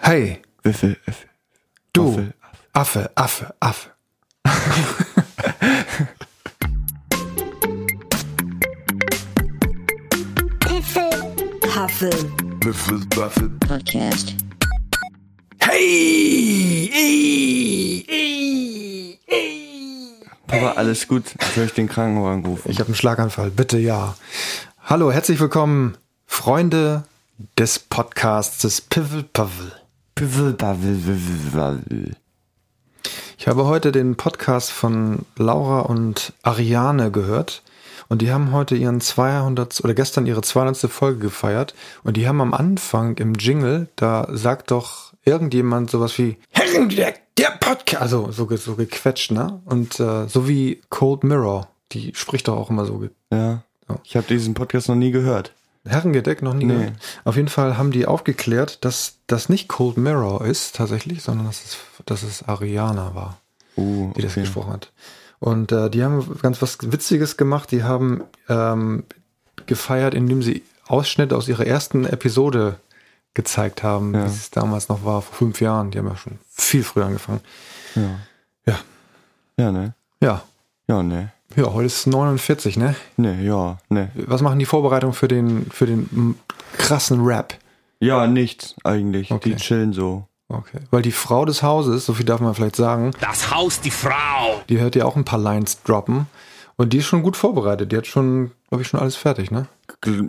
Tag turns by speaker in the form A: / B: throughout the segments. A: Hey,
B: Wiffel, Wiffel.
A: du.
B: Waffel,
A: Affe, Affe, Affe.
C: Huffle Podcast.
A: Hey! Ey, ey, ey.
B: Papa, alles gut. Ich möchte den Krankenwagen rufen.
A: Ich habe einen Schlaganfall, bitte ja. Hallo, herzlich willkommen, Freunde des Podcasts des Pivel Pavel. Ich habe heute den Podcast von Laura und Ariane gehört und die haben heute ihren 200 oder gestern ihre 200. Folge gefeiert und die haben am Anfang im Jingle, da sagt doch irgendjemand sowas wie Herren, der, der Podcast, also so, ge- so gequetscht, ne? Und äh, so wie Cold Mirror, die spricht doch auch immer so. ge-
B: Ja. Ich habe diesen Podcast noch nie gehört.
A: Herrengedeck noch nie.
B: Nee.
A: gehört. Auf jeden Fall haben die aufgeklärt, dass das nicht Cold Mirror ist tatsächlich, sondern dass es, dass es Ariana war
B: Oh,
A: die das
B: okay.
A: gesprochen hat. Und äh, die haben ganz was Witziges gemacht. Die haben ähm, gefeiert, indem sie Ausschnitte aus ihrer ersten Episode gezeigt haben,
B: Ja.
A: wie es damals noch war, vor fünf Jahren. Die haben ja schon viel früher angefangen.
B: Ja.
A: Ja.
B: Ja, ne?
A: Ja,
B: Ja, ne?
A: ja heute ist 49, ne?
B: Ne, ja, ne.
A: Was machen die Vorbereitungen für den, für den m, krassen Rap?
B: Ja, nichts eigentlich.
A: Okay.
B: Die chillen so.
A: Okay. Weil die Frau des Hauses, so viel darf man vielleicht sagen,
D: Das Haus, die Frau.
A: die hört ja auch ein paar Lines droppen. Und die ist schon gut vorbereitet. Die hat schon, glaube ich, schon alles fertig, ne?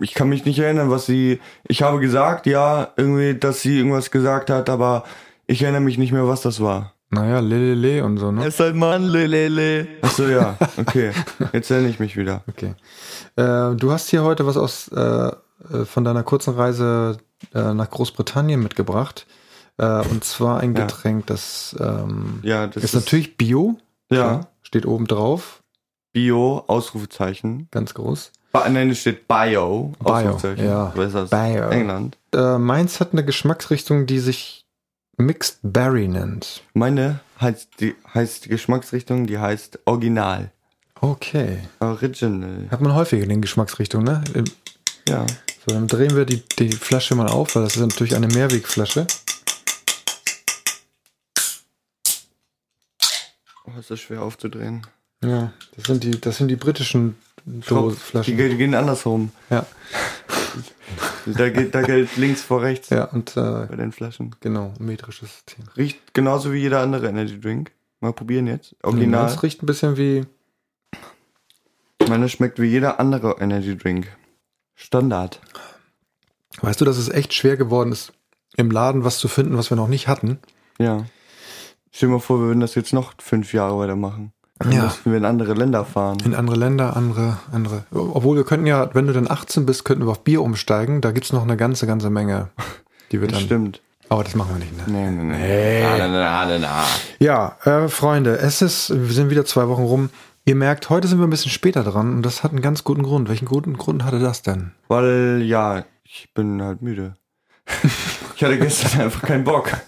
B: Ich kann mich nicht erinnern, was sie. Ich habe gesagt, ja, irgendwie, dass sie irgendwas gesagt hat, aber ich erinnere mich nicht mehr, was das war.
A: Naja, lelele und so, ne?
B: Ist ein Mann, lelele. Achso, ja, okay. Jetzt erinnere ich mich wieder.
A: Okay. Äh, du hast hier heute was aus äh, äh, von deiner kurzen Reise äh, nach Großbritannien mitgebracht. Äh, und zwar ein
B: Ja.
A: Getränk, das, ähm,
B: Ja, das
A: ist, natürlich Bio.
B: Ja,
A: Steht oben drauf,
B: Bio, Ausrufezeichen.
A: ganz groß.
B: Ba Nein, es steht Bio,
A: Bio,
B: Ausrufezeichen.
A: ja.
B: Wo ist das?
A: Bio.
B: England.
A: Äh, meins hat eine Geschmacksrichtung, die sich Mixed Berry nennt.
B: Meine heißt die, heißt die Geschmacksrichtung, die heißt Original.
A: Okay.
B: Original.
A: Hat man häufiger den Geschmacksrichtung, ne? Äh,
B: Ja.
A: So, dann drehen wir die, die Flasche mal auf, weil das ist natürlich eine Mehrwegflasche.
B: Oh, ist das schwer aufzudrehen.
A: Ja, das sind die, das sind die britischen
B: Die,
A: Dosenflaschen.
B: ge- die gehen andersrum.
A: Ja,
B: Da geht, da geht links vor rechts
A: ja, und äh,
B: bei den Flaschen.
A: Genau, metrisches System.
B: Riecht genauso wie jeder andere Energy Drink. Mal probieren jetzt.
A: Original.
B: Original.
A: Das riecht ein bisschen wie.
B: Meine schmeckt wie jeder andere Energy Drink. Standard.
A: Weißt du, dass es echt schwer geworden ist, im Laden was zu finden, was wir noch nicht hatten?
B: Ja. Stell dir mal vor, wir würden das jetzt noch fünf Jahre weitermachen. Dann
A: Ja.
B: müssten wir in andere Länder fahren.
A: In andere Länder, andere, andere. Obwohl wir könnten ja, wenn du dann 18 bist, könnten wir auf Bier umsteigen. Da gibt's noch eine ganze, ganze Menge, die wir
B: Das
A: dann.
B: stimmt.
A: Aber das machen wir nicht, ne?
B: Nee, nee, nee. Hey. Na, na, na, na.
A: Ja, äh, Freunde, es ist, wir sind wieder zwei Wochen rum. Ihr merkt, heute sind wir ein bisschen später dran und das hat einen ganz guten Grund. Welchen guten Grund hatte das denn?
B: Weil, ja, ich bin halt müde. ich hatte gestern einfach keinen Bock.
A: Hm.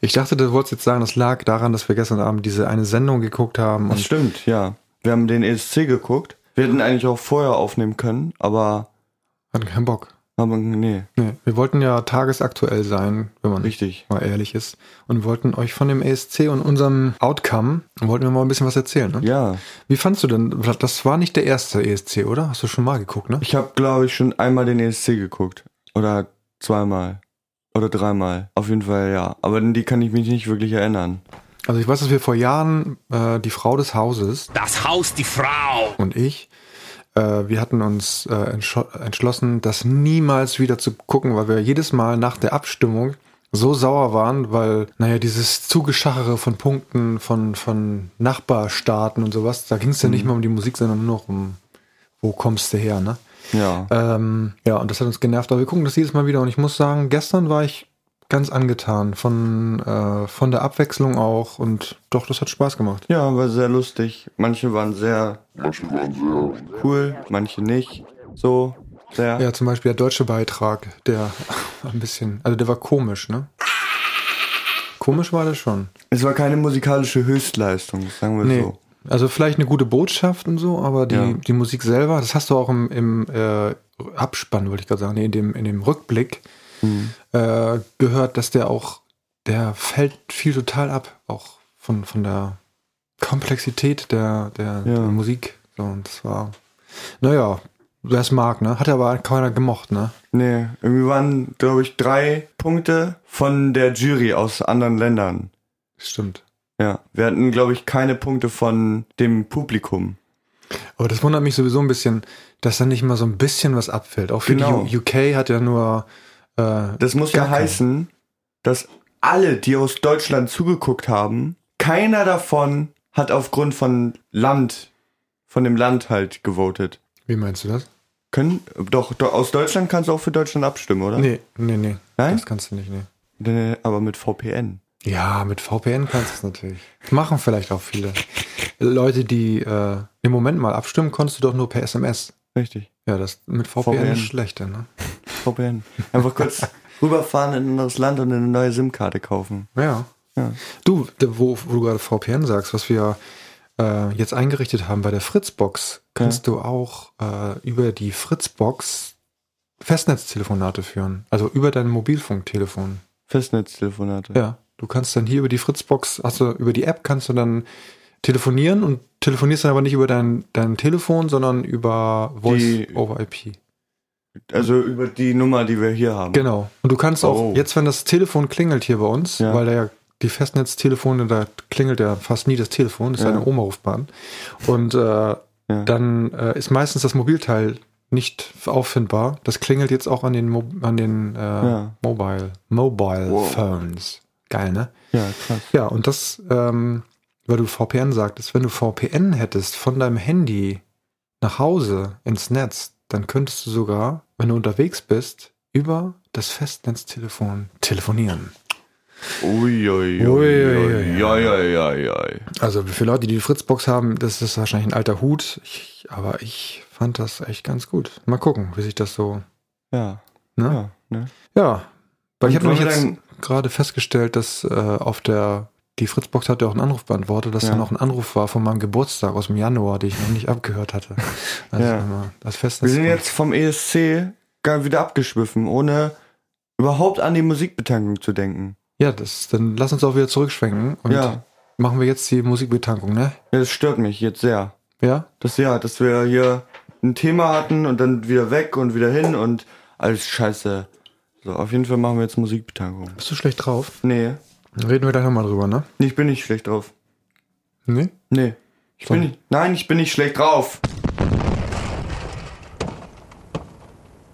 A: Ich dachte, du wolltest jetzt sagen, das lag daran, dass wir gestern Abend diese eine Sendung geguckt haben
B: Das
A: und
B: stimmt, ja. Wir haben den ESC geguckt. Wir hätten eigentlich auch vorher aufnehmen können, aber
A: hatten keinen Bock.
B: haben, nee,
A: Nee, wir wollten ja tagesaktuell sein, wenn man
B: richtig.
A: mal ehrlich ist. Und wollten euch von dem ESC und unserem Outcome, wollten wir mal ein bisschen was erzählen. Ne?
B: Ja,
A: Wie fandst du denn, das war nicht der erste ESC, oder? Hast du schon mal geguckt, ne?
B: ich habe, glaube ich, schon einmal den ESC geguckt. Oder zweimal. Oder dreimal. Auf jeden Fall, ja. Aber an die kann ich mich nicht wirklich erinnern.
A: Also ich weiß, dass wir vor Jahren, äh, die Frau des Hauses
D: Das Haus, die Frau.
A: und ich, äh, wir hatten uns äh, entschlo- entschlossen, das niemals wieder zu gucken, weil wir jedes Mal nach der Abstimmung so sauer waren, weil, naja, dieses Zugeschachere von Punkten von, von Nachbarstaaten und sowas, da ging es ja nicht mehr um die Musik, sondern nur noch um, wo kommst du her, ne?
B: Ja.
A: Ähm, ja, und das hat uns genervt, aber wir gucken das jedes Mal wieder und ich muss sagen, gestern war ich ganz angetan von, äh, von der Abwechslung auch und doch, das hat Spaß gemacht.
B: Ja, war sehr lustig. Manche waren sehr cool, manche nicht. So, sehr.
A: Ja, zum Beispiel der deutsche Beitrag, der ein bisschen, also der war komisch, ne? Komisch war das schon.
B: Es war keine musikalische Höchstleistung, sagen wir so.
A: Also vielleicht eine gute Botschaft und so, aber die,
B: Ja.
A: die Musik selber, das hast du auch im, im äh, Abspann, wollte ich gerade sagen, nee, in dem, in dem Rückblick, äh, gehört, dass der auch, der fällt viel total ab, auch von, von der Komplexität der, der, der Musik. So, und das war, naja, wer es mag, ne? Hat aber keiner gemocht, ne?
B: Nee, irgendwie waren, glaube ich, drei Punkte von der Jury aus anderen Ländern.
A: Stimmt.
B: Ja, wir hatten, glaube ich, keine Punkte von dem Publikum.
A: Aber das wundert mich sowieso ein bisschen, dass da nicht mal so ein bisschen was abfällt. Auch für
B: Genau.
A: die U- UK hat ja nur, äh,
B: Das muss ja
A: Gar kein.
B: heißen, dass alle, die aus Deutschland zugeguckt haben, keiner davon hat aufgrund von Land, von dem Land halt gewotet.
A: wie meinst du das?
B: Können, doch, do, aus Deutschland kannst du auch für Deutschland abstimmen, oder?
A: Nee, nee, nee.
B: Nein?
A: Das kannst du nicht, nee.
B: Nee, Aber mit VPN.
A: Ja, mit VPN kannst du es natürlich. Machen vielleicht auch viele. Leute, die äh, im Moment mal abstimmen, konntest du doch nur per SMS.
B: Richtig.
A: Ja, das mit VPN,
B: VPN.
A: ist schlechter, ne?
B: VPN. Einfach kurz rüberfahren in ein anderes Land und eine neue SIM-Karte kaufen.
A: Ja.
B: Ja.
A: Du, d- wo, wo du gerade VPN sagst, was wir äh, jetzt eingerichtet haben bei der Fritzbox, kannst du auch äh, über die Fritzbox Festnetztelefonate führen. Also über dein Mobilfunktelefon.
B: Festnetztelefonate.
A: Ja. Du kannst dann hier über die Fritzbox, also über die App kannst du dann telefonieren und telefonierst dann aber nicht über dein, dein Telefon, sondern über Voice
B: Die-
A: over IP.
B: Also über die Nummer, die wir hier haben.
A: Genau. Und du kannst
B: Oh.
A: auch, jetzt wenn das Telefon klingelt hier bei uns,
B: Ja.
A: weil da ja die Festnetztelefone, da klingelt ja fast nie das Telefon, das ist ja
B: Ja.
A: eine Oma-Rufbahn. Und äh,
B: Ja.
A: dann äh, ist meistens das Mobilteil nicht auffindbar. Das klingelt jetzt auch an den, Mo an den äh,
B: Ja.
A: Mobile, Mobile
B: Wow.
A: Phones. Geil, ne?
B: Ja, krass.
A: Ja, und das, ähm, weil du VPN sagtest, wenn du VPN hättest von deinem Handy nach Hause ins Netz, dann könntest du sogar, wenn du unterwegs bist, über das Festnetztelefon telefonieren.
B: Uiuiui.
A: Uiuiui.
B: Uiuiui.
A: Also für Leute, die die Fritzbox haben, das ist wahrscheinlich ein alter Hut, ich, aber ich fand das echt ganz gut. Mal gucken, wie sich das so...
B: Ja.
A: Ne?
B: Ja, ne?
A: Ja, weil ich
B: Und
A: habe nämlich
B: wollen wir
A: jetzt
B: dann-
A: gerade festgestellt, dass äh, auf der... Die Fritzbox hatte auch einen Anruf beantwortet, dass
B: Ja.
A: da noch ein Anruf war von meinem Geburtstag aus dem Januar, den ich noch nicht abgehört hatte. Also
B: Ja.
A: immer das Fest.
B: Wir sind jetzt vom ESC gar wieder abgeschwiffen, ohne überhaupt an die Musikbetankung zu denken.
A: Ja, das, dann lass uns auch wieder zurückschwenken und
B: Ja.
A: machen wir jetzt die Musikbetankung, ne?
B: Ja, das stört mich jetzt sehr.
A: Ja?
B: Das ja, dass wir hier ein Thema hatten und dann wieder weg und wieder hin und alles scheiße. So, auf jeden Fall machen wir jetzt Musikbetankung.
A: Bist du schlecht drauf?
B: Nee,
A: Dann reden wir gleich nochmal drüber, ne?
B: nee, ich bin nicht schlecht drauf.
A: Nee?
B: Nee, ich bin nicht, nein, ich bin nicht schlecht drauf.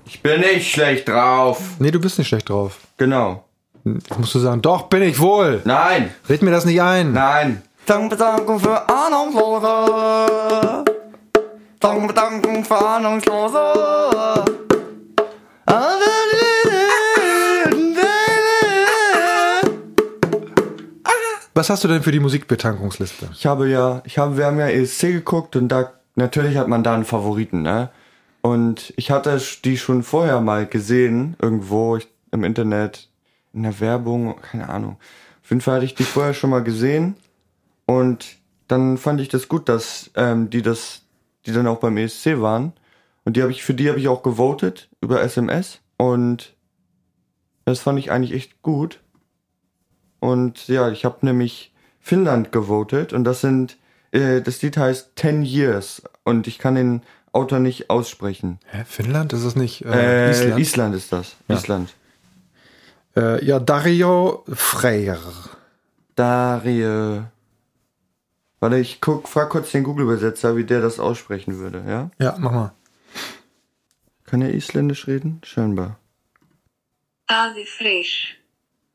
B: Ich bin nicht schlecht drauf.
A: Nee, du bist nicht schlecht drauf.
B: Genau.
A: Jetzt musst du sagen, doch, bin ich wohl!
B: Nein.
A: Red mir das nicht ein!
B: Nein. Dankbedankung für Ahnungslose. Dankbedankung für Ahnungslose.
A: Was hast du denn für die Musikbetankungsliste?
B: Ich habe ja, ich habe, wir haben ja ESC geguckt und da, natürlich hat man da einen Favoriten, ne? Und ich hatte die schon vorher mal gesehen, irgendwo ich, im Internet, in der Werbung, keine Ahnung. Auf jeden Fall hatte ich die vorher schon mal gesehen und dann fand ich das gut, dass ähm, die das, die dann auch beim ESC waren. Und die habe ich, für die habe ich auch gewotet über SMS. Und das fand ich eigentlich echt gut. Und ja, ich habe nämlich Finnland gewotet und das sind, äh, das Lied heißt Ten Years und ich kann den Autor nicht aussprechen.
A: Hä, Finnland? Ist das nicht äh,
B: Äh,
A: Island?
B: Island. ist das. Island.
A: äh, ja, Dario Freyr.
B: Darie. Warte, ich guck, frag kurz den Google-Übersetzer, wie der das aussprechen würde, ja?
A: Ja, mach mal.
B: Kann er Isländisch reden? Scheinbar.
C: Ave Freix.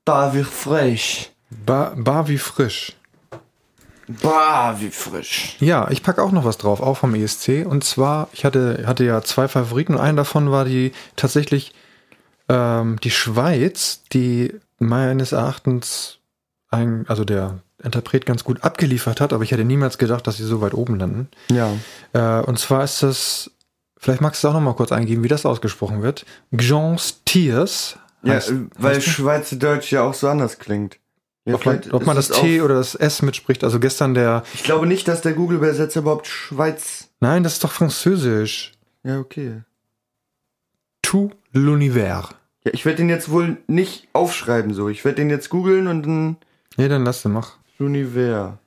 B: Bah, wie frisch.
A: Ba Bar wie frisch.
B: Bah, wie frisch.
A: Ja, ich pack auch noch was drauf, auch vom ESC. Und zwar, ich hatte, hatte ja zwei Favoriten. Einen davon war die tatsächlich ähm, die Schweiz, die meines Erachtens ein, also der Interpret ganz gut abgeliefert hat, aber ich hätte niemals gedacht, dass sie so weit oben landen.
B: Ja.
A: Äh, und zwar ist das, vielleicht magst du es auch noch mal kurz eingeben, wie das ausgesprochen wird. Jean's Tiers.
B: Ja, äh,
A: heißt-
B: weil
A: heißt-
B: Schweizerdeutsch ja auch so anders klingt. Ja,
A: ob man,
B: vielleicht
A: ob man das
B: ist es
A: T
B: auch-
A: oder das S mitspricht. Also gestern der,
B: Ich glaube nicht, dass der Google-Übersetzer überhaupt Schweiz.
A: nein, das ist doch Französisch.
B: Ja, okay.
A: Tout l'univers.
B: Ja, ich werde den jetzt wohl nicht aufschreiben so. Ich werde den jetzt googeln und dann
A: Nee, dann lass den, mach.
B: Juniver.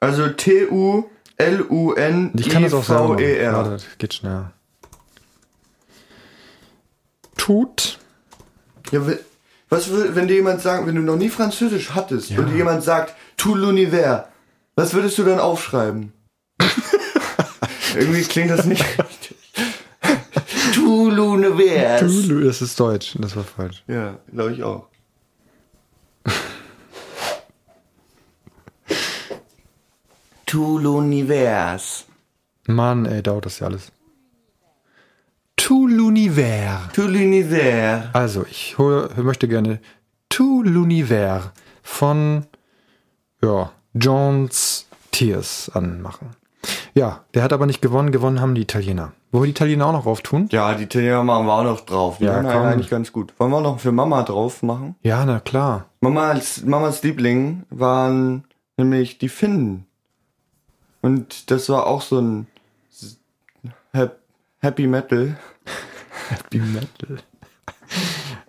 B: Also T-U-L-U-N
A: Ich kann das auch selber
B: E
A: machen. Warte,
B: V-E-R.
A: das geht schneller. Tut.
B: Ja, we- was will, wenn dir jemand sagt, wenn du noch nie Französisch hattest und dir jemand sagt, tout l'univers, was würdest du dann aufschreiben? Irgendwie klingt das nicht richtig. tout l'univers.
A: Tulu, das ist Deutsch. Das war falsch.
B: Ja, glaube ich auch. tout l'univers.
A: Mann, ey, dauert das ja alles. Tout l'univers.
B: Tout l'univers.
A: Also, ich hole, möchte gerne Tout l'univers von ja, Jones Tears anmachen. Ja, der hat aber nicht gewonnen. Gewonnen haben die Italiener. Wo die Italiener auch noch rauf tun?
B: Ja, die Teller machen wir auch noch drauf. Die
A: Ja,
B: waren
A: komm.
B: eigentlich ganz gut. Wollen wir noch für Mama drauf machen?
A: Ja, na klar.
B: Mamas, Mamas Liebling waren nämlich die Finnen. Und das war auch so ein s- Hap- Happy Metal.
A: Happy Metal.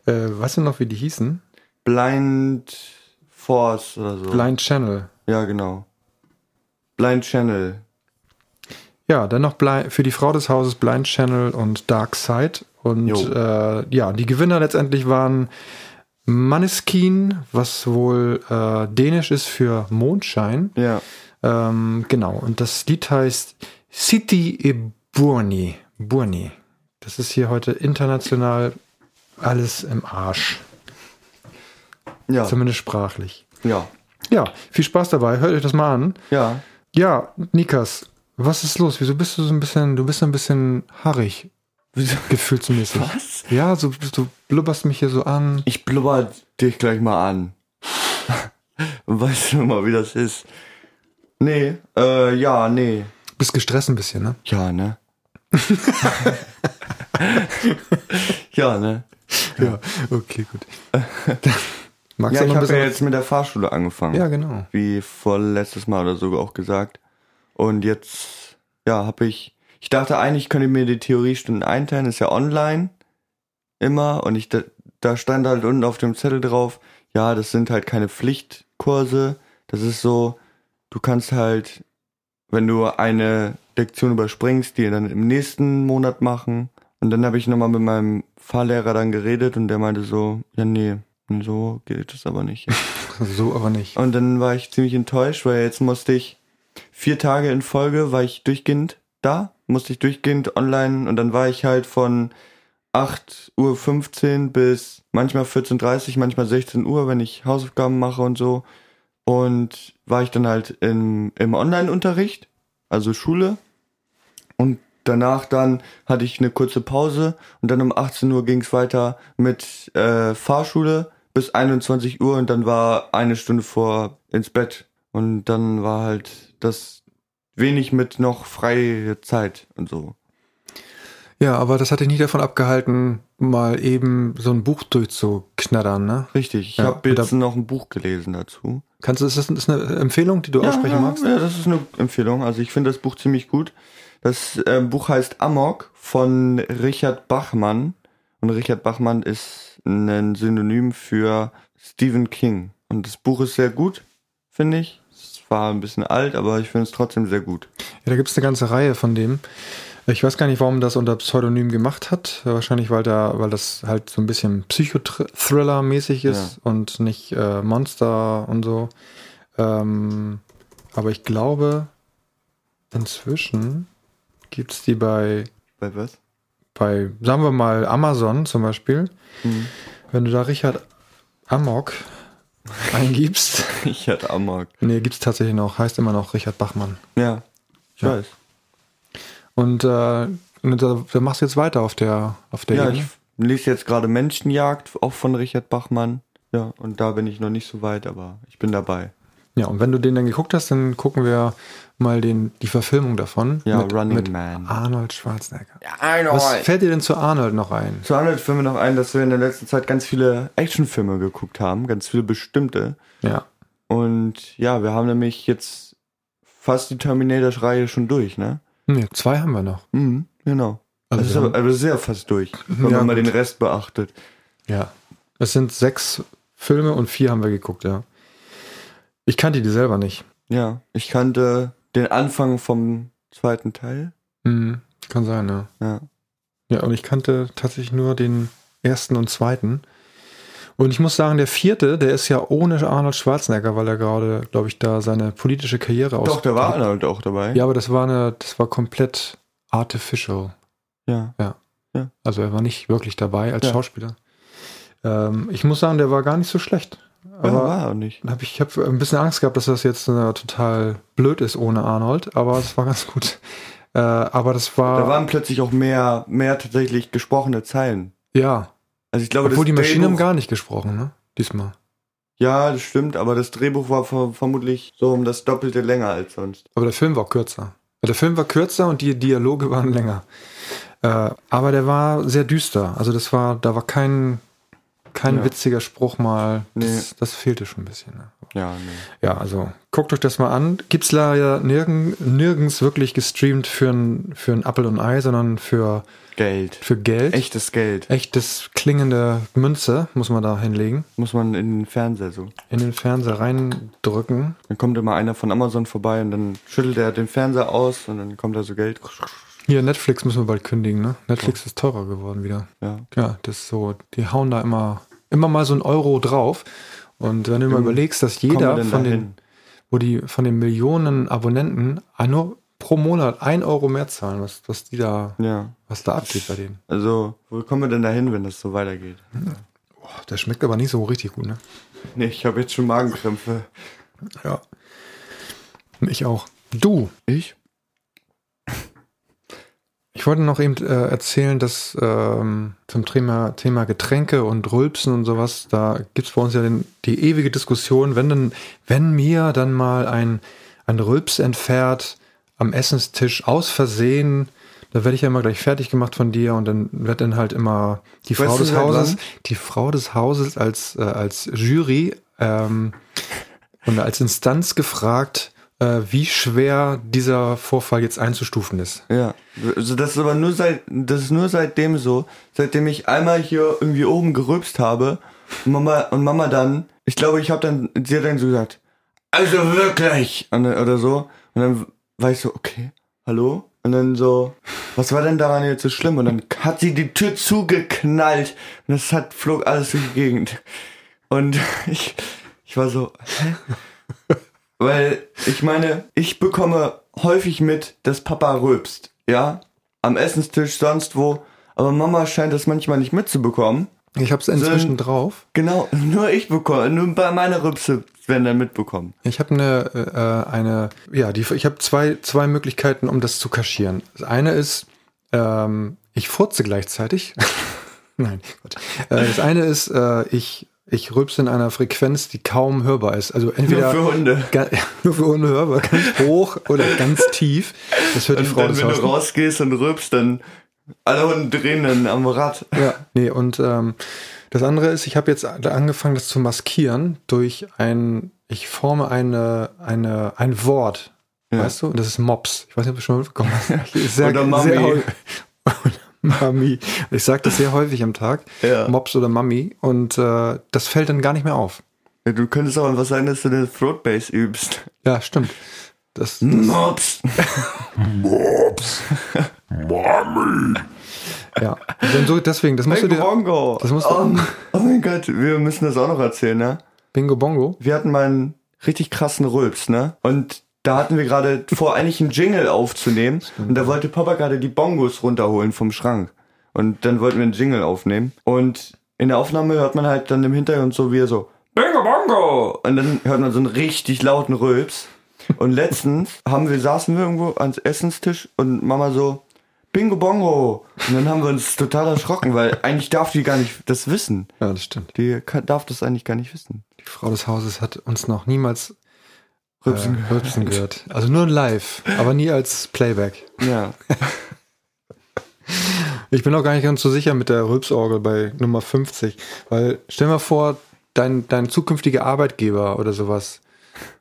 A: äh, weißt du noch, wie die hießen?
B: Blind Force oder so.
A: Blind Channel.
B: Ja, genau. Blind Channel.
A: Ja, dann noch Bli- für die Frau des Hauses Blind Channel und Dark Side. Und
B: Jo.
A: äh, ja, die Gewinner letztendlich waren Maneskin, was wohl äh, dänisch ist für Mondschein.
B: Ja.
A: Ähm, genau, und das Lied heißt City e Burni. Burni. Das ist hier heute international alles im Arsch,
B: Ja.
A: zumindest sprachlich.
B: Ja.
A: Ja, viel Spaß dabei. Hört euch das mal an.
B: Ja.
A: Ja, Nikas, was ist los? Wieso bist du so ein bisschen, du bist so ein bisschen haarig? Gefühlsmäßig.
B: Was?
A: Ja, so, du blubberst mich hier so an.
B: Ich blubber dich gleich mal an. weißt du mal, wie das ist? Nee, äh, ja, nee.
A: Bist gestresst ein bisschen, ne?
B: Ja, ne? ja, ne?
A: Ja, okay, gut. Magst
B: Ja,
A: du
B: ich
A: noch ein
B: habe
A: bisschen?
B: ja jetzt mit der Fahrschule angefangen.
A: ja, genau.
B: Wie vorletztes Mal oder so auch gesagt. Und jetzt, ja, habe ich. Ich dachte eigentlich, könnte ich mir die Theoriestunden einteilen, ist ja online immer. Und ich da, da stand halt unten auf dem Zettel drauf, ja, das sind halt keine Pflichtkurse. Das ist so, du kannst halt, wenn du eine Lektion überspringst, die dann im nächsten Monat machen. Und dann habe ich nochmal mit meinem Fahrlehrer dann geredet und der meinte so, ja, nee, so geht das aber nicht.
A: So aber nicht.
B: Und dann war ich ziemlich enttäuscht, weil jetzt musste ich vier Tage in Folge, war ich durchgehend da, musste ich durchgehend online und dann war ich halt von 8.15 Uhr bis manchmal 14.30 Uhr, manchmal 16 Uhr, wenn ich Hausaufgaben mache und so. Und war ich dann halt im, im Online-Unterricht, also Schule. Und danach dann hatte ich eine kurze Pause und dann um 18 Uhr ging es weiter mit äh, Fahrschule bis 21 Uhr und dann war eine Stunde vor ins Bett. Und dann war halt das wenig mit noch freie Zeit und so.
A: Ja, aber das hat dich nicht davon abgehalten, mal eben so ein Buch durchzuknattern, ne?
B: Richtig, ich
A: Ja,
B: habe jetzt
A: da-
B: noch ein Buch gelesen dazu.
A: Kannst du, ist das, ist das eine Empfehlung, die du aussprechen
B: ja,
A: magst?
B: Ja, das ist eine Empfehlung. Also ich finde das Buch ziemlich gut. Das äh, Buch heißt Amok von Richard Bachmann. Und Richard Bachmann ist ein Synonym für Stephen King. Und das Buch ist sehr gut, finde ich. Es war ein bisschen alt, aber ich finde es trotzdem sehr gut.
A: Ja, da gibt's eine ganze Reihe von dem. Ich weiß gar nicht, warum das unter Pseudonym gemacht hat. Wahrscheinlich, weil da, weil das halt so ein bisschen Psychothriller-mäßig ist und nicht äh, Monster und so. Ähm, aber ich glaube, inzwischen gibt's die bei,
B: Bei was?
A: bei, sagen wir mal, Amazon zum Beispiel.
B: Mhm.
A: Wenn du da Richard Amok eingibst.
B: Richard Amok.
A: nee, gibt's tatsächlich noch. Heißt immer noch Richard Bachmann.
B: Ja, ich weiß.
A: Und äh, da, da machst du jetzt weiter auf der auf der
B: Ja, ich
A: Ebene.
B: lese jetzt gerade Menschenjagd, auch von Richard Bachmann. Ja, und da bin ich noch nicht so weit, aber ich bin dabei.
A: Ja, und wenn du den dann geguckt hast, dann gucken wir mal den, die Verfilmung davon.
B: Ja, Running
A: mit
B: Man.
A: Arnold Schwarzenegger.
B: Arnold.
A: Was fällt dir denn zu Arnold noch ein?
B: Zu Arnold fällt mir noch ein, dass wir in der letzten Zeit ganz viele Actionfilme geguckt haben, ganz viele bestimmte.
A: Ja.
B: Und ja, wir haben nämlich jetzt fast die Terminator-Reihe schon durch, ne?
A: Nee, zwei haben wir noch.
B: Mhm, genau. Also, das ist
A: wir
B: aber, aber sehr fast durch, wenn
A: Ja,
B: man mal
A: gut.
B: den Rest beachtet.
A: Ja. Es sind sechs Filme und vier haben wir geguckt, ja. Ich kannte die selber nicht.
B: Ja, ich kannte den Anfang vom zweiten Teil.
A: Mhm. Kann sein, ja.
B: Ja.
A: Ja, und ich kannte tatsächlich nur den ersten und zweiten. Und ich muss sagen, der vierte, der ist ja ohne Arnold Schwarzenegger, weil er gerade, glaube ich, da seine politische Karriere
B: Doch, da war ne? Arnold auch dabei.
A: Ja, aber das war eine, das war komplett artificial.
B: ja.
A: Also er war nicht wirklich dabei als
B: Ja.
A: Schauspieler. Ähm, ich muss sagen, der war gar nicht so schlecht.
B: Ja,
A: Aber
B: war er nicht.
A: hab ich habe ein bisschen Angst gehabt, dass das jetzt äh, total blöd ist ohne Arnold, aber es war ganz gut. Äh, aber das war,
B: Da waren plötzlich auch mehr, mehr tatsächlich gesprochene Zeilen.
A: ja,
B: Also ich glaube,
A: obwohl die Maschinen haben
B: Drehbuch,
A: gar nicht gesprochen, ne? Diesmal.
B: Ja, das stimmt, aber das Drehbuch war ver vermutlich so um das Doppelte länger als sonst.
A: Aber der Film war kürzer. Der Film war kürzer und die Dialoge waren länger. Äh, aber der war sehr düster. Also das war, da war kein, kein
B: Ja.
A: witziger Spruch mal. Das,
B: Nee.
A: das fehlte schon ein bisschen. Ne?
B: Ja, nee.
A: Ja, also guckt euch das mal an. Gibt's leider nirgen, nirgends wirklich gestreamt für ein, für ein Apple und Ei, sondern für,
B: Geld.
A: für Geld.
B: Echtes Geld.
A: Echtes klingende Münze muss man da hinlegen.
B: Muss man in den Fernseher so.
A: In den Fernseher reindrücken.
B: Dann kommt immer einer von Amazon vorbei und dann schüttelt er den Fernseher aus und dann kommt da so Geld.
A: Hier, Netflix müssen wir bald kündigen, ne? Netflix ist teurer geworden wieder.
B: Ja.
A: Ja, das ist so, die hauen da immer, immer mal so einen Euro drauf. Und wenn du mal überlegst, dass
B: kommen wir
A: jeder
B: denn
A: von den,
B: dahin?
A: wo die, von den Millionen Abonnenten ah, nur pro Monat ein Euro mehr zahlen, was, was die da,
B: Ja.
A: was da abgeht bei denen.
B: Also, wo kommen wir denn dahin, wenn das so weitergeht?
A: Boah, der schmeckt aber nicht so richtig gut, ne?
B: Nee, ich habe jetzt schon Magenkrämpfe.
A: Ja. Ich auch. Du,
B: Ich?
A: ich wollte noch eben äh, erzählen, dass ähm, zum Thema, Thema Getränke und Rülpsen und sowas, da gibt's bei uns ja den, die ewige Diskussion, wenn denn, wenn mir dann mal ein, ein Rülps entfährt am Essenstisch aus Versehen, da werde ich ja immer gleich fertig gemacht von dir und dann wird dann halt immer die
B: Weißt
A: Frau
B: du halt
A: des
B: seit
A: Hauses,
B: wann?
A: die Frau des Hauses als, äh, als Jury ähm, und als Instanz gefragt, äh, wie schwer dieser Vorfall jetzt einzustufen ist.
B: Ja. Also das ist aber nur seit das ist nur seitdem so, seitdem ich einmal hier irgendwie oben gerülpst habe und Mama und Mama dann, ich glaube, ich habe dann sie hat dann so gesagt, also wirklich und, dann- oder so und dann war ich so, okay, hallo und dann so, was war denn daran jetzt so schlimm und dann hat sie die Tür zugeknallt und das hat flog alles durch die Gegend. Und ich ich war so, hä? Weil ich meine, ich bekomme häufig mit, dass Papa rülpst, ja? Am Essenstisch, sonst wo. Aber Mama scheint das manchmal nicht mitzubekommen.
A: Ich habe es inzwischen
B: Sind-
A: drauf.
B: Genau, nur ich bekomme, nur bei meiner Rübse werden dann mitbekommen.
A: Ich habe eine, äh, eine, ja, die, ich habe zwei, zwei Möglichkeiten, um das zu kaschieren. Das eine ist, ähm, ich furze gleichzeitig. Nein, Gott. Äh, das eine ist, äh, ich, ich rülpse in einer Frequenz, die kaum hörbar ist. Also entweder
B: für Hunde.
A: Ga- nur für unhörbar, ganz hoch oder ganz tief. Das hört die
B: Und
A: Frau
B: dann,
A: des
B: wenn du
A: Hauses.
B: rausgehst und rülpst, dann alle Hunde drehen dann am Rad.
A: Ja, nee, und ähm, das andere ist, ich habe jetzt angefangen, das zu maskieren durch ein, ich forme eine, eine, ein Wort. Weißt du? Und das ist Mops. Ich weiß nicht, ob du schon mal mitbekommen hast. Ist
B: Oder Mami.
A: häufig- oder Mami. Ich sage das sehr häufig am Tag.
B: Ja.
A: Mops oder Mami. Und äh, das fällt dann gar nicht mehr auf.
B: Ja, du könntest auch einfach sagen, dass du eine Throatbase übst.
A: Ja, stimmt. Das,
B: Mops.
A: ja. Denn so, deswegen, das musst du
B: Bingo
A: dir.
B: Bongo.
A: das musst du-
B: oh, oh mein Gott, wir müssen das auch noch erzählen, ne?
A: Bingo Bongo.
B: wir hatten mal einen richtig krassen Rülps, ne? Und da hatten wir gerade vor, eigentlich einen Jingle aufzunehmen. Und da wollte Papa gerade die Bongos runterholen vom Schrank. Und dann wollten wir einen Jingle aufnehmen. Und in der Aufnahme hört man halt dann im Hintergrund so, wie er so, Bingo Bongo! Und dann hört man so einen richtig lauten Rülps. Und letztens haben wir, saßen wir irgendwo ans Essenstisch und Mama so, Bingo Bongo! Und dann haben wir uns total erschrocken, weil eigentlich darf die gar nicht das wissen.
A: Ja, das stimmt.
B: Die kann, darf das eigentlich gar nicht wissen.
A: Die Frau des Hauses hat uns noch niemals
B: Rülpsen.
A: äh, Rülpsen gehört. Also nur live, aber nie als Playback.
B: Ja.
A: Ich bin auch gar nicht ganz so sicher mit der Rülpsorgel bei Nummer 50, weil stell mal vor, dein, dein zukünftiger Arbeitgeber oder sowas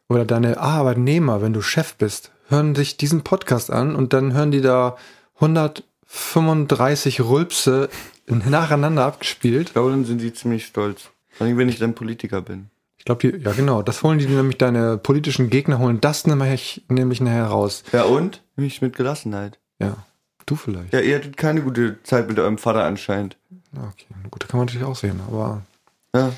A: oder deine Arbeitnehmer, wenn du Chef bist, hören sich diesen Podcast an und dann hören die da 135 Rülpse nacheinander abgespielt.
B: Ich glaube, dann sind sie ziemlich stolz. Vor allem, wenn ich dann Politiker bin.
A: Ich glaube, die, ja genau, das holen die nämlich deine politischen Gegner, holen das nämlich, nämlich nachher raus.
B: Ja, und? Mich mit Gelassenheit.
A: Ja, du vielleicht.
B: Ja, ihr hattet keine gute Zeit mit eurem Vater anscheinend.
A: Okay, gut, da kann man natürlich auch sehen, aber
B: Ja.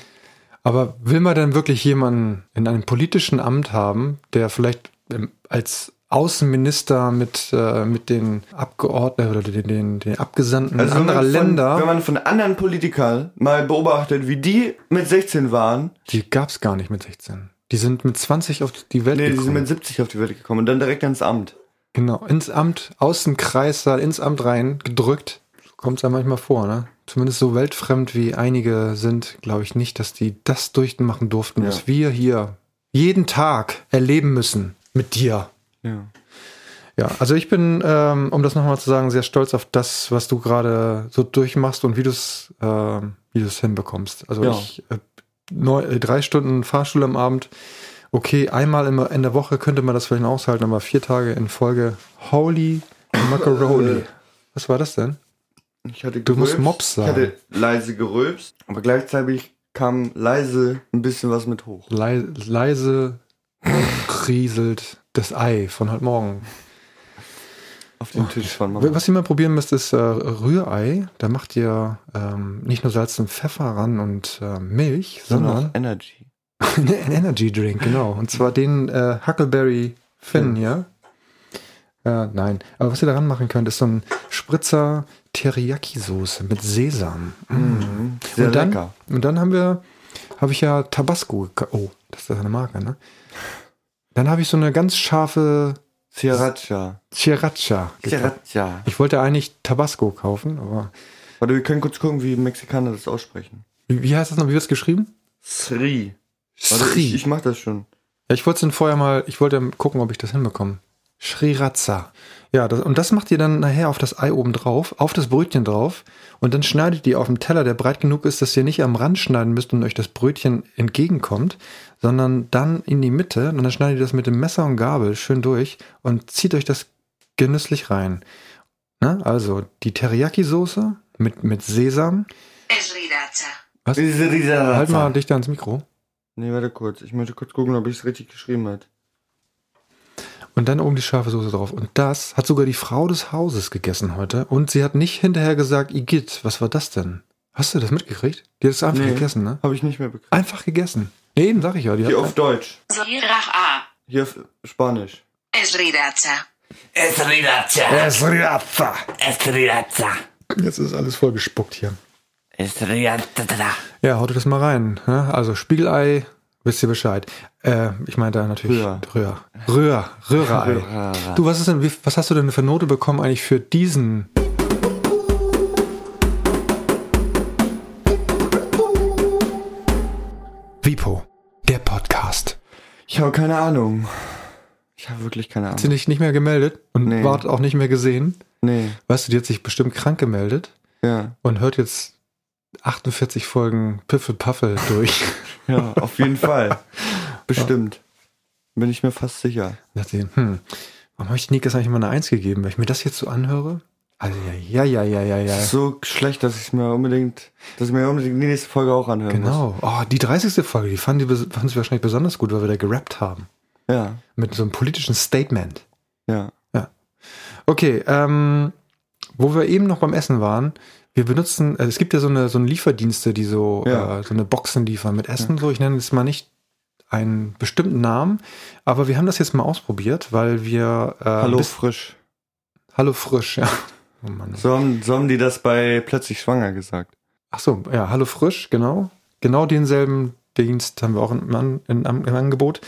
A: Aber will man denn wirklich jemanden in einem politischen Amt haben, der vielleicht ähm, als Außenminister mit, äh, mit den Abgeordneten oder den, den, den Abgesandten
B: Also wenn man
A: anderer
B: von, Wenn
A: Länder,
B: man von anderen Politikern mal beobachtet, wie die mit 16 waren,
A: die gab's gar nicht mit 16. Die sind mit 20 auf die Welt
B: nee, die sind
A: gekommen.
B: mit 70 auf die Welt gekommen und dann direkt ans Amt.
A: genau, ins Amt, Außenkreissaal, ins Amt rein, gedrückt. Kommt's ja manchmal vor, ne? Zumindest so weltfremd wie einige sind, glaube ich nicht, dass die das durchmachen durften,
B: Ja.
A: was wir hier jeden Tag erleben müssen mit dir.
B: Ja.
A: Ja, also ich bin, ähm, um das nochmal zu sagen, sehr stolz auf das, was du gerade so durchmachst und wie du es ähm, wie du es hinbekommst. Also
B: Ja.
A: ich äh, neu, äh, drei Stunden Fahrschule am Abend, okay, einmal in, in der Woche könnte man das vielleicht noch aushalten, aber vier Tage in Folge, holy macaroni. was war das denn?
B: Ich hatte
A: Du musst
B: gerülpst,
A: Mops sagen.
B: Ich hatte leise gerülpst, aber gleichzeitig kam leise ein bisschen was mit hoch.
A: Lei leise rieselt das Ei von heute Morgen.
B: Auf den Tisch von Mama.
A: Oh. Was ihr mal probieren müsst, ist äh, Rührei. Da macht ihr ähm, nicht nur Salz und Pfeffer ran und äh, Milch,
B: Sondern
A: sondern
B: auch Energy.
A: einen Energy Drink, genau. Und zwar den äh, Huckleberry Finn hier. Äh, nein, aber was ihr daran machen könnt, ist so ein Spritzer Teriyaki-Soße mit Sesam.
B: Mhm. Sehr
A: und dann,
B: lecker.
A: Und dann haben wir, habe ich ja Tabasco gekauft. Oh, das ist eine Marke, ne? Dann habe ich so eine ganz scharfe
B: Sriracha.
A: Sriracha gekauft.
B: Sriracha.
A: Ich wollte eigentlich Tabasco kaufen, aber
B: Warte, wir können kurz gucken, wie Mexikaner das aussprechen.
A: Wie, wie heißt das noch? Wie wird's geschrieben?
B: Sri. Warte, ich, ich mach das schon.
A: Ja, ich wollte es denn vorher mal, ich wollte gucken, ob ich das hinbekomme. Sriracha. Ja, das, und das macht ihr dann nachher auf das Ei oben drauf, auf das Brötchen drauf und dann schneidet ihr auf dem Teller, der breit genug ist, dass ihr nicht am Rand schneiden müsst und euch das Brötchen entgegenkommt, sondern dann in die Mitte und dann schneidet ihr das mit dem Messer und Gabel schön durch und zieht euch das genüsslich rein. Ne? Also die Teriyaki-Soße mit, mit Sesam.
C: Sriracha.
A: Was?
B: Sriracha.
A: Halt mal dichter ans Mikro.
B: Nee, warte kurz. Ich möchte kurz gucken, ob ich es richtig geschrieben hat.
A: Und dann oben die scharfe Soße drauf. Und das hat sogar die Frau des Hauses gegessen heute. Und sie hat nicht hinterher gesagt, Igitt, was war das denn? Hast du das mitgekriegt? Die hat es einfach
B: Nee.
A: gegessen, ne?
B: Habe ich nicht mehr bekommen.
A: Einfach gegessen. Nee, eben sag ich ja. Die
B: Hier auf
A: hat,
B: Deutsch.
C: Sriracha.
B: Hier auf Spanisch.
C: Sriracha.
D: Es riraccia.
A: es Riazza.
D: Es riraccia.
A: Jetzt ist alles voll gespuckt hier.
D: Es riraccia.
A: Ja, haut das mal rein. Ne? Also Spiegelei, wisst ihr Bescheid. Äh, ich meine da natürlich
B: Rühr.
A: Röhr. Röhr. Röhrerei. du, was, ist denn, wie, was hast du denn für Note bekommen eigentlich für diesen? Vipo, der Podcast.
B: Ich habe keine Ahnung. Ich habe wirklich keine
A: Hat sie
B: Ahnung.
A: nicht, nicht mehr gemeldet und
B: Nee.
A: wart auch nicht mehr gesehen.
B: Nee.
A: Weißt du, die hat sich bestimmt krank gemeldet
B: Ja.
A: und hört jetzt 48 Folgen Piffelpaffel durch.
B: Ja, auf jeden Fall. Bestimmt. Bin ich mir fast sicher.
A: Und dachte, ich, hm, warum habe ich Nick das eigentlich mal eine Eins gegeben? Wenn ich mir das jetzt so anhöre? Also, ja, ja, ja, ja, ja. ja.
B: So schlecht, dass ich es mir unbedingt, dass ich mir unbedingt die nächste Folge auch anhören muss.
A: Genau. Oh, die 30. Folge, die fanden, die bes- fanden sie wahrscheinlich besonders gut, weil wir da gerappt haben.
B: Ja.
A: Mit so einem politischen Statement. Ähm,
B: Ja.
A: Okay, ähm, wo wir eben noch beim Essen waren, wir benutzen, also es gibt ja so eine, so eine Lieferdienste, die so,
B: Ja.
A: äh, so eine Boxen liefern mit Essen, so. Ich nenne jetzt mal nicht einen bestimmten Namen, aber wir haben das jetzt mal ausprobiert, weil wir äh,
B: Hallo
A: bis-
B: frisch.
A: Hallo frisch, ja. Oh Mann.
B: So haben, so haben die das bei plötzlich schwanger gesagt.
A: Ach so, ja, Hallo Frisch, genau. Genau denselben Dienst haben wir auch im, An in, am- im Angebot.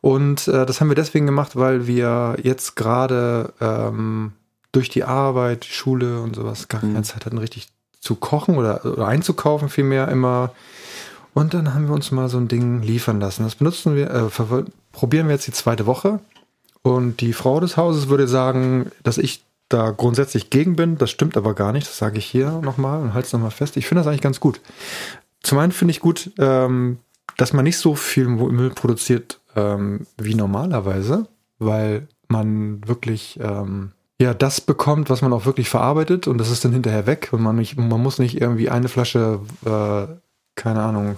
A: Und äh, das haben wir deswegen gemacht, weil wir jetzt gerade ähm, durch die Arbeit, die Schule und sowas gar keine
B: Mhm.
A: Zeit hatten, richtig zu kochen oder, oder einzukaufen vielmehr immer. Und dann haben wir uns mal so ein Ding liefern lassen. Das benutzen wir, äh, verwol- probieren wir jetzt die zweite Woche. Und die Frau des Hauses würde sagen, dass ich da grundsätzlich gegen bin. Das stimmt aber gar nicht. Das sage ich hier nochmal und halte es nochmal fest. Ich finde das eigentlich ganz gut. Zum einen finde ich gut, ähm, dass man nicht so viel Mo- Müll produziert ähm, wie normalerweise, weil man wirklich ähm, ja das bekommt, was man auch wirklich verarbeitet und das ist dann hinterher weg und man, nicht, man muss nicht irgendwie eine Flasche, äh, keine Ahnung,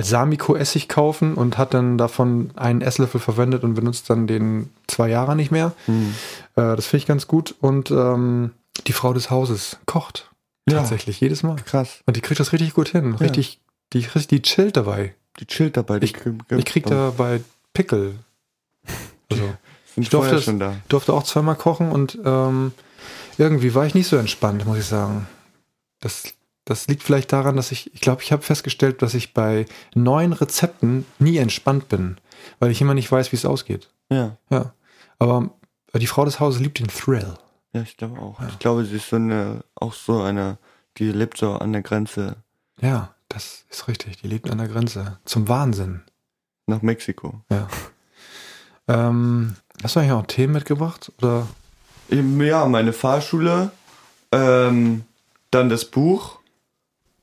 A: Balsamico-Essig kaufen und hat dann davon einen Esslöffel verwendet und benutzt dann den zwei Jahre nicht mehr. Äh, das finde ich ganz gut und ähm, die Frau des Hauses kocht
B: Ja.
A: tatsächlich jedes Mal.
B: Krass.
A: Und die kriegt das richtig gut hin. Richtig, die, die chillt dabei.
B: Die chillt dabei. Die
A: Ich- Ich krieg dabei Pickel. Also,
B: sind
A: ich durfte,
B: vorher
A: es-
B: schon da.
A: durfte auch zweimal kochen und ähm, irgendwie war ich nicht so entspannt, muss ich sagen. Das, das liegt vielleicht daran, dass ich, ich glaube, ich habe festgestellt, dass ich bei neuen Rezepten nie entspannt bin, weil ich immer nicht weiß, wie es ausgeht.
B: Ja.
A: Ja. Aber äh, die Frau des Hauses liebt den Thrill.
B: Ja, ich glaube auch. Ich glaube, sie ist so eine, auch so eine, die lebt so an der Grenze
A: Ja, das ist richtig. Die lebt an der Grenze. Zum Wahnsinn.
B: nach Mexiko.
A: Ja. ähm, hast du eigentlich auch Themen mitgebracht? Oder?
B: Eben, Ja, meine Fahrschule, ähm, dann das Buch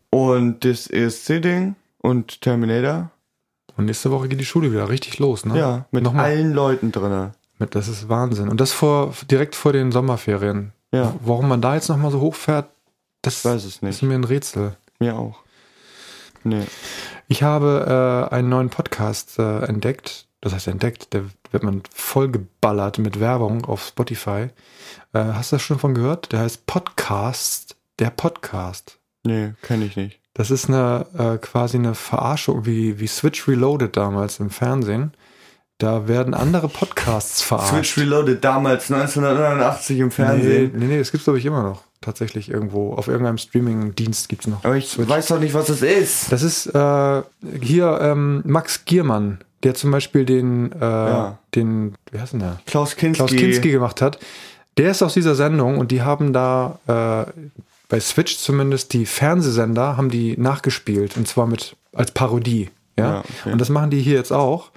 B: und das E ESC-Ding und Terminator.
A: Und oh, nächste Woche geht die Schule wieder richtig los, ne?
B: Ja, mit
A: Nochmal.
B: allen Leuten drinne.
A: Mit, das ist Wahnsinn. Und das vor direkt vor den Sommerferien.
B: Ja.
A: Warum man da jetzt nochmal so hochfährt, das
B: Ich weiß es
A: ist
B: nicht.
A: mir ein Rätsel.
B: Mir auch. Nee.
A: Ich habe äh, einen neuen Podcast äh, entdeckt. Das heißt entdeckt, der wird man vollgeballert mit Werbung auf Spotify. Äh, hast du das schon von gehört? Der heißt Podcast, der Podcast.
B: Nee, kenne ich nicht.
A: Das ist eine äh, quasi eine Verarschung, wie, wie Switch Reloaded damals im Fernsehen. Da werden andere Podcasts verarscht.
B: Switch Reloaded damals 1989 im
A: Nee,
B: Fernsehen.
A: nee, nee, das gibt's glaube ich immer noch. Tatsächlich irgendwo. Auf irgendeinem Streaming-Dienst gibt's noch.
B: Aber ich weiß doch nicht, was das ist.
A: Das ist äh, hier ähm, Max Giermann, der zum Beispiel den, äh,
B: Ja.
A: den, wie heißt denn der?
B: Klaus Kinski.
A: Klaus Kinski gemacht hat. Der ist aus dieser Sendung und die haben da äh, bei Switch zumindest die Fernsehsender haben die nachgespielt und zwar mit als Parodie. Ja,
B: Ja, okay.
A: und das machen die hier jetzt auch.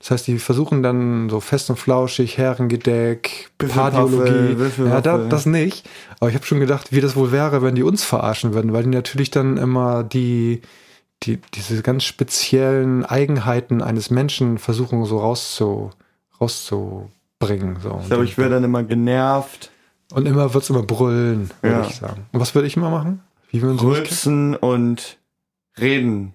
A: Das heißt, die versuchen dann so fest und flauschig, Herrengedeck,
B: Büffelwaffe,
A: Pardiologie.
B: Büffelwaffe.
A: Ja, da, das nicht. Aber ich habe schon gedacht, wie das wohl wäre, wenn die uns verarschen würden, weil die natürlich dann immer die, die diese ganz speziellen Eigenheiten eines Menschen versuchen so rauszu, rauszubringen. So.
B: Ich glaube, ich wäre dann immer genervt,
A: Und immer wird's immer brüllen, würde
B: Ja.
A: ich sagen. Und was würde ich immer machen? Wie würden Sie mich
B: rülpsen und
A: kennen?
B: reden.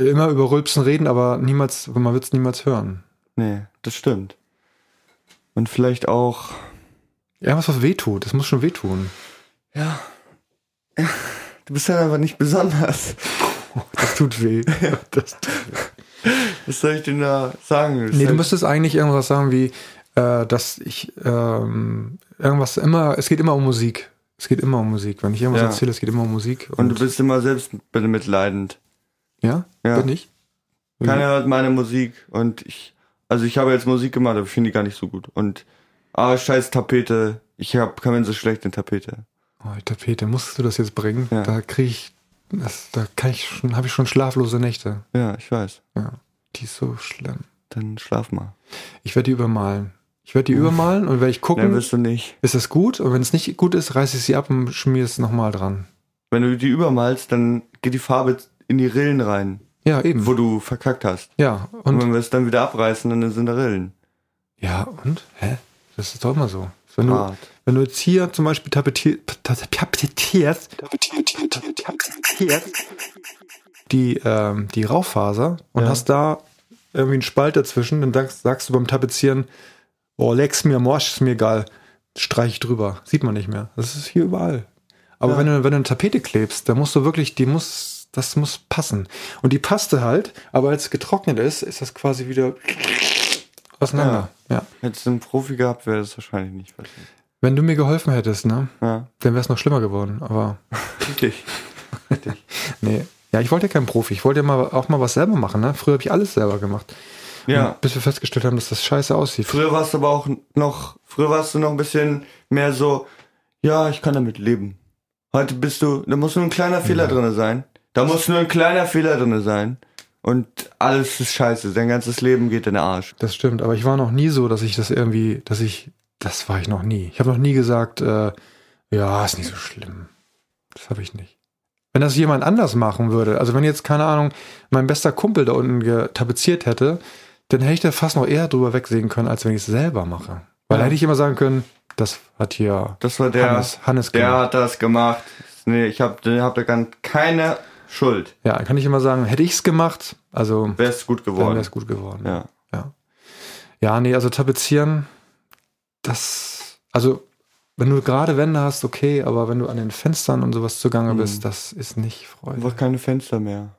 A: Äh, Immer über Rülpsen reden, aber niemals, man wird's niemals hören.
B: Nee, das stimmt. Und vielleicht auch.
A: Irgendwas, was wehtut. Das muss schon wehtun.
B: Ja. Du bist halt einfach nicht besonders.
A: Das tut weh. das tut
B: Was soll ich denn da sagen? Das
A: Nee,
B: ist
A: du
B: halt-
A: müsstest eigentlich irgendwas sagen wie, äh, dass ich ähm, irgendwas immer, es geht immer um Musik. Es geht immer um Musik. Wenn ich irgendwas
B: Ja.
A: erzähle, es geht immer um Musik.
B: und du bist immer selbst mitleidend.
A: ja?
B: Ja.
A: Bin ich?
B: Keiner hört meine Musik und ich, also ich habe jetzt Musik gemacht, aber ich finde die gar nicht so gut. Und, ah, scheiß Tapete. Ich hab, kann mir so schlecht eine Tapete.
A: Oh, die Tapete, musstest du das jetzt bringen?
B: Ja.
A: Da kriege ich, das, da kann ich schon, habe ich schon schlaflose Nächte.
B: Ja, ich weiß.
A: Ja. Die ist so schlimm.
B: Dann schlaf mal.
A: Ich werde die übermalen. Ich werde die übermalen und werde ich
B: Nein,
A: gucken,
B: wirst du nicht.
A: ist das gut? Und wenn es nicht gut ist, reiße ich sie ab und schmier es nochmal dran.
B: Wenn du die übermalst, dann geht die Farbe in die Rillen rein,
A: Ja, eben.
B: wo du verkackt hast.
A: ja,
B: Mhm. Und,
A: und
B: wenn wir es dann wieder abreißen, dann sind da Rillen.
A: Ja, und? Hä? Das ist doch immer so. Wenn du,
B: Hart.
A: wenn du jetzt hier zum Beispiel tapetier- ta- ta- tapetierst, die, ähm, die Raufaser und
B: Ja.
A: hast da irgendwie einen Spalt dazwischen, dann sagst, sagst du beim Tapezieren, oh, leck's mir, morsch, ist mir egal, streich ich drüber. Sieht man nicht mehr. Das ist hier überall. Aber wenn, du, wenn du eine Tapete klebst, dann musst du wirklich, die muss, das muss passen. Und die passte halt, aber als es getrocknet ist, ist das quasi wieder auseinander. ja.
B: Hättest du einen Profi gehabt, wäre das wahrscheinlich nicht passiert.
A: Wenn du mir geholfen hättest, ne?
B: Ja,
A: Dann wäre es noch schlimmer geworden, aber
B: richtig.
A: nee. Ja, ich wollte ja kein Profi. Ich wollte ja mal, auch mal was selber machen, ne? Früher habe ich alles selber gemacht.
B: Ja.
A: Bis wir festgestellt haben, dass das scheiße aussieht.
B: Früher warst du aber auch noch, früher warst du noch ein bisschen mehr so, ja, ich kann damit leben. Heute bist du, da muss nur ein kleiner Fehler drinne sein. Da muss nur ein kleiner Fehler drinne sein. Und alles ist scheiße. Dein ganzes Leben geht in den Arsch.
A: Das stimmt, aber ich war noch nie so, dass ich das irgendwie, dass ich, das war ich noch nie. Ich habe noch nie gesagt, äh, ja, ist nicht so schlimm. Das habe ich nicht. Wenn das jemand anders machen würde, also wenn jetzt, keine Ahnung, mein bester Kumpel da unten getapeziert hätte, dann hätte ich da fast noch eher drüber wegsehen können, als wenn ich es selber mache. Weil
B: Ja.
A: hätte ich immer sagen können, Das hat hier
B: Das war der.
A: Hannes, Hannes
B: der
A: gemacht.
B: hat das gemacht. Nee, ich hab, da hab da ganz keine Schuld.
A: Ja, dann kann ich immer sagen, hätte ich's gemacht, also
B: Wäre es gut
A: dann
B: geworden.
A: wäre es gut geworden.
B: Ja.
A: Ja. Ja, nee, also tapezieren, das, also wenn du gerade Wände hast, okay, aber wenn du an den Fenstern und sowas zugange
B: Mhm.
A: bist, das ist nicht Freude.
B: Einfach keine Fenster mehr.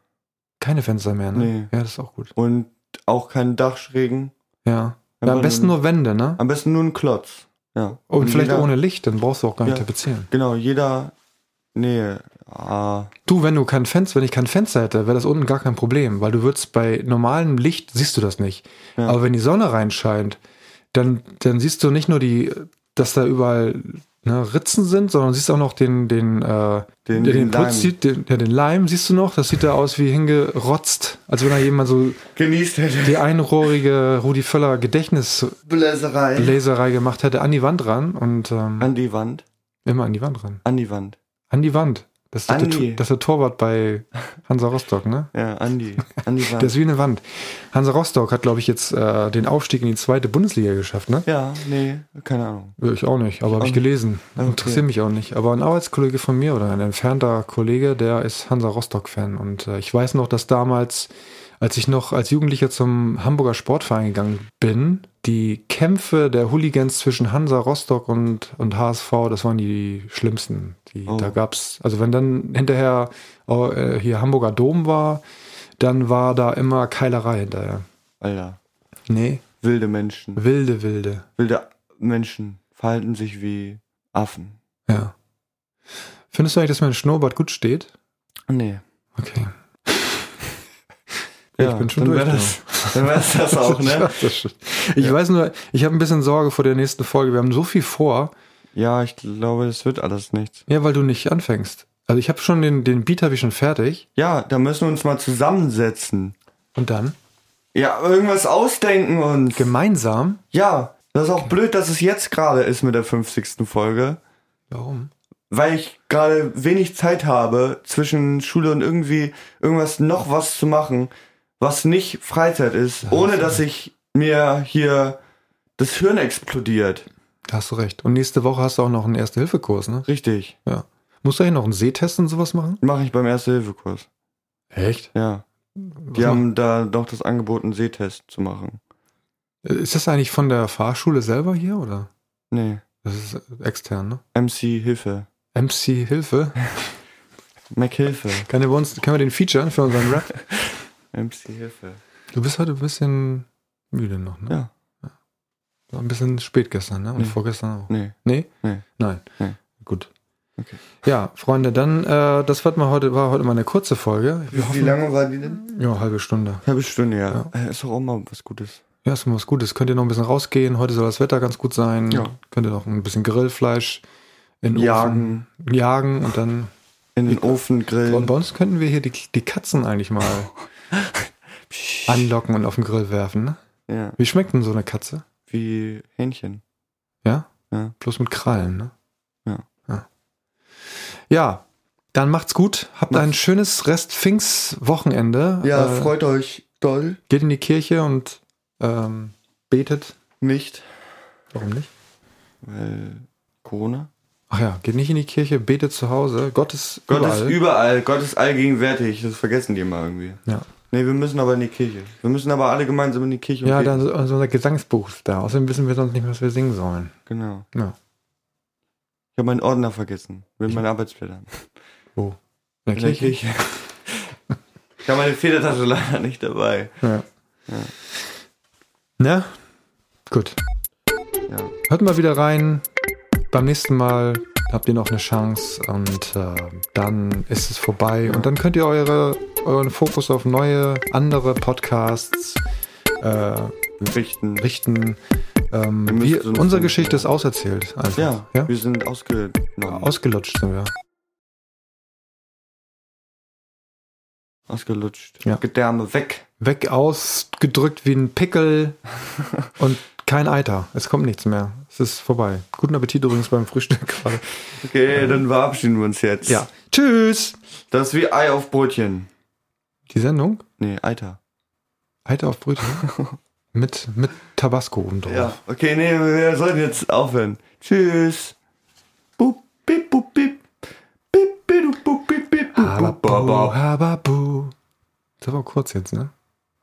A: Keine Fenster mehr, ne?
B: Nee.
A: Ja, das ist auch gut.
B: Und auch keinen Dachschrägen.
A: Ja. ja am
B: Einfach
A: besten
B: nur-
A: nur Wände, ne?
B: Am besten nur ein Klotz. Ja.
A: Und vielleicht
B: jeder,
A: ohne Licht, dann brauchst du auch gar nicht
B: Ja.
A: tapezieren.
B: Genau, jeder. Nee. Ah,
A: Du, wenn du kein Fenster, wenn ich kein Fenster hätte, wäre das unten gar kein Problem, weil du würdest bei normalem Licht siehst du das nicht.
B: Ja.
A: Aber wenn die Sonne reinscheint, dann, dann siehst du nicht nur die, dass da überall ne, Ritzen sind, sondern siehst auch noch den, den, äh,
B: Den-
A: der
B: den
A: den,
B: Leim.
A: Putz sieht, den, ja, den Leim siehst du noch, das sieht da aus wie hingerotzt. Als wenn da jemand so
B: genießt hätte.
A: die einrohrige Rudi Völler Gedächtnislaserei
B: Bläserei.
A: gemacht hätte an die Wand ran und ähm,
B: An die Wand.
A: immer an die Wand ran.
B: An die Wand.
A: An die Wand. Das ist, doch der,
B: An die.
A: Tu- das ist der Torwart bei Hansa Rostock, ne?
B: Ja, an die. An die Wand.
A: Das ist wie eine Wand. Hansa Rostock hat, glaube ich, jetzt äh, den Aufstieg in die zweite Bundesliga geschafft, ne?
B: ja, nee, keine Ahnung.
A: Ja. Ich auch nicht, aber habe ich
B: nicht.
A: gelesen.
B: Ah, okay.
A: Interessiert mich auch nicht. Aber ein Arbeitskollege von mir oder ein entfernter Kollege, der ist Hansa Rostock-Fan. Und äh, ich weiß noch, dass damals, als ich noch als Jugendlicher zum Hamburger Sportverein gegangen bin, die Kämpfe der Hooligans zwischen Hansa Rostock und, und HSV, das waren die schlimmsten. Die,
B: Oh.
A: Da gab's, also wenn dann hinterher äh, hier Hamburger Dom war, dann war da immer Keilerei hinterher.
B: Alter.
A: Nee,
B: Wilde Menschen.
A: wilde, wilde.
B: Wilde Menschen verhalten sich wie Affen.
A: Ja. Findest du eigentlich, dass mein Schnurrbart gut steht?
B: Nee.
A: Okay.
B: Ja,
A: ich bin schon
B: dann
A: durch. ne?
B: wär das, dann wär's das auch, ne?
A: Ich weiß nur, ich habe ein bisschen Sorge vor der nächsten Folge. Wir haben so viel vor.
B: Ja, ich glaube, das wird alles nichts.
A: Ja, weil du nicht anfängst. Also ich habe schon den, den Beat habe ich schon fertig.
B: Ja, da müssen wir uns mal zusammensetzen.
A: Und dann?
B: Ja, irgendwas ausdenken und.
A: Gemeinsam?
B: ja, das ist auch blöd, dass es jetzt gerade ist mit der 50. Folge.
A: Warum?
B: weil ich gerade wenig Zeit habe zwischen Schule und irgendwie irgendwas noch was zu machen, was nicht Freizeit ist, ohne dass ich mir hier das Hirn explodiert.
A: Da hast du recht. Und nächste Woche hast du auch noch einen Erste-Hilfe-Kurs, ne?
B: Richtig.
A: Ja. Musst du eigentlich noch einen Sehtest und sowas machen?
B: Mache ich beim Erste-Hilfe-Kurs.
A: Echt?
B: Ja. Die haben da doch das Angebot, einen Sehtest zu machen.
A: Ist das eigentlich von der Fahrschule selber hier, oder?
B: Nee.
A: Das ist extern, ne?
B: MC Hilfe.
A: MC Hilfe.
B: Mac Hilfe.
A: Kann der bei uns, können wir den featuren für unseren Rap?
B: MC Hilfe.
A: Du bist heute ein bisschen müde noch, ne?
B: Ja.
A: War ein bisschen spät gestern, ne? Und
B: Nee.
A: vorgestern auch.
B: Nee.
A: Nee?
B: Nee.
A: Nein.
B: Nee.
A: Gut.
B: Okay.
A: Ja, Freunde, dann, äh, das wird mal heute, war heute mal eine kurze Folge. Wir hoffen,
B: lange war die denn?
A: ja, halbe Stunde.
B: Halbe Stunde, ja. Äh, Ist doch auch mal was Gutes.
A: Ja, ist mal was Gutes. Könnt ihr noch ein bisschen rausgehen? Heute soll das Wetter ganz gut sein.
B: Ja.
A: Könnt ihr noch ein bisschen Grillfleisch in den
B: Jagen. Äh.
A: Ofen jagen und dann.
B: In den Ofen
A: Und
B: grillen.
A: bei uns könnten wir hier die, die Katzen eigentlich mal anlocken und auf den Grill werfen, ne?
B: Ja.
A: Wie schmeckt denn so eine Katze?
B: Wie Hähnchen.
A: Ja?
B: Ja.
A: Bloß mit Krallen, ne?
B: Ja.
A: Ja, ja dann macht's gut. Habt
B: Macht's-
A: ein schönes Rest-Pfingst-Wochenende.
B: Ja,
A: Äh,
B: freut euch doll.
A: Geht in die Kirche und ähm, betet.
B: Nicht,
A: Warum nicht?
B: weil Corona.
A: Ach ja, geht nicht in die Kirche, betet zu Hause. Gott ist
B: Gott
A: überall.
B: ist überall, Gott ist allgegenwärtig. Das vergessen die immer irgendwie.
A: ja,
B: Nee, wir müssen aber in die Kirche. Wir müssen aber alle gemeinsam in die Kirche. und
A: ja
B: beten.
A: dann so- unser Gesangsbuch ist da. Außerdem wissen wir sonst nicht, was wir singen sollen.
B: Genau.
A: Ja.
B: Ich habe meinen Ordner vergessen. Mit meinen Arbeitsblättern.
A: Wo? In der
B: In der
A: Kirche?
B: Kirche. ich habe meine Federtasche leider nicht dabei.
A: Ja. Na? Gut.
B: Ja.
A: Hört mal wieder rein. Beim nächsten Mal habt ihr noch eine Chance und äh, dann ist es vorbei. Und dann könnt ihr eure, euren Fokus auf neue, andere Podcasts äh,
B: Richten.
A: richten. Ähm,
B: müsst
A: wir,
B: uns
A: unsere
B: dann-
A: Geschichte ist auserzählt. Einfach.
B: Ja,
A: ja?
B: wir sind ausgenommen.
A: Ausgelutscht sind wir.
B: Ausgelutscht.
A: Ja.
B: Gedärme weg.
A: Weg ausgedrückt wie ein Pickel und kein Eiter. Es kommt nichts mehr. Es ist vorbei. Guten Appetit übrigens beim Frühstück gerade.
B: Okay, dann verabschieden wir uns jetzt.
A: Ja. Tschüss!
B: Das ist wie Ei auf Brötchen.
A: Die Sendung?
B: Nee, Eiter.
A: Eiter auf Brötchen? Mit, mit Tabasco oben drauf.
B: Ja, okay, nee, wir sollten jetzt aufhören. Tschüss. Boop, bip, boop, bip. Bip, bidu, boop, bip, bip, boop, boop, boop,
A: Hababu,
B: boop.
A: hababu. Das war kurz jetzt, ne?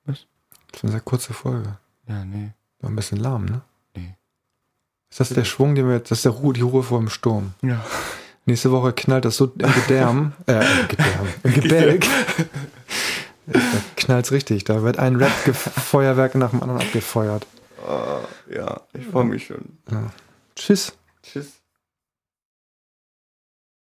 B: Was?
A: Das war eine sehr kurze Folge.
B: Ja, nee.
A: War ein bisschen lahm, ne?
B: Nee.
A: Ist das der Schwung, den wir jetzt, das ist der Ruhe, die Ruhe vor dem Sturm.
B: Ja.
A: Nächste Woche knallt das so im Gedärm, äh, im Gedärm, im Gebälk. da knallt's richtig. Da wird ein Rap-Feuerwerk nach dem anderen abgefeuert.
B: Äh, Ja, ich freue mich schon.
A: Tschüss.
B: Tschüss.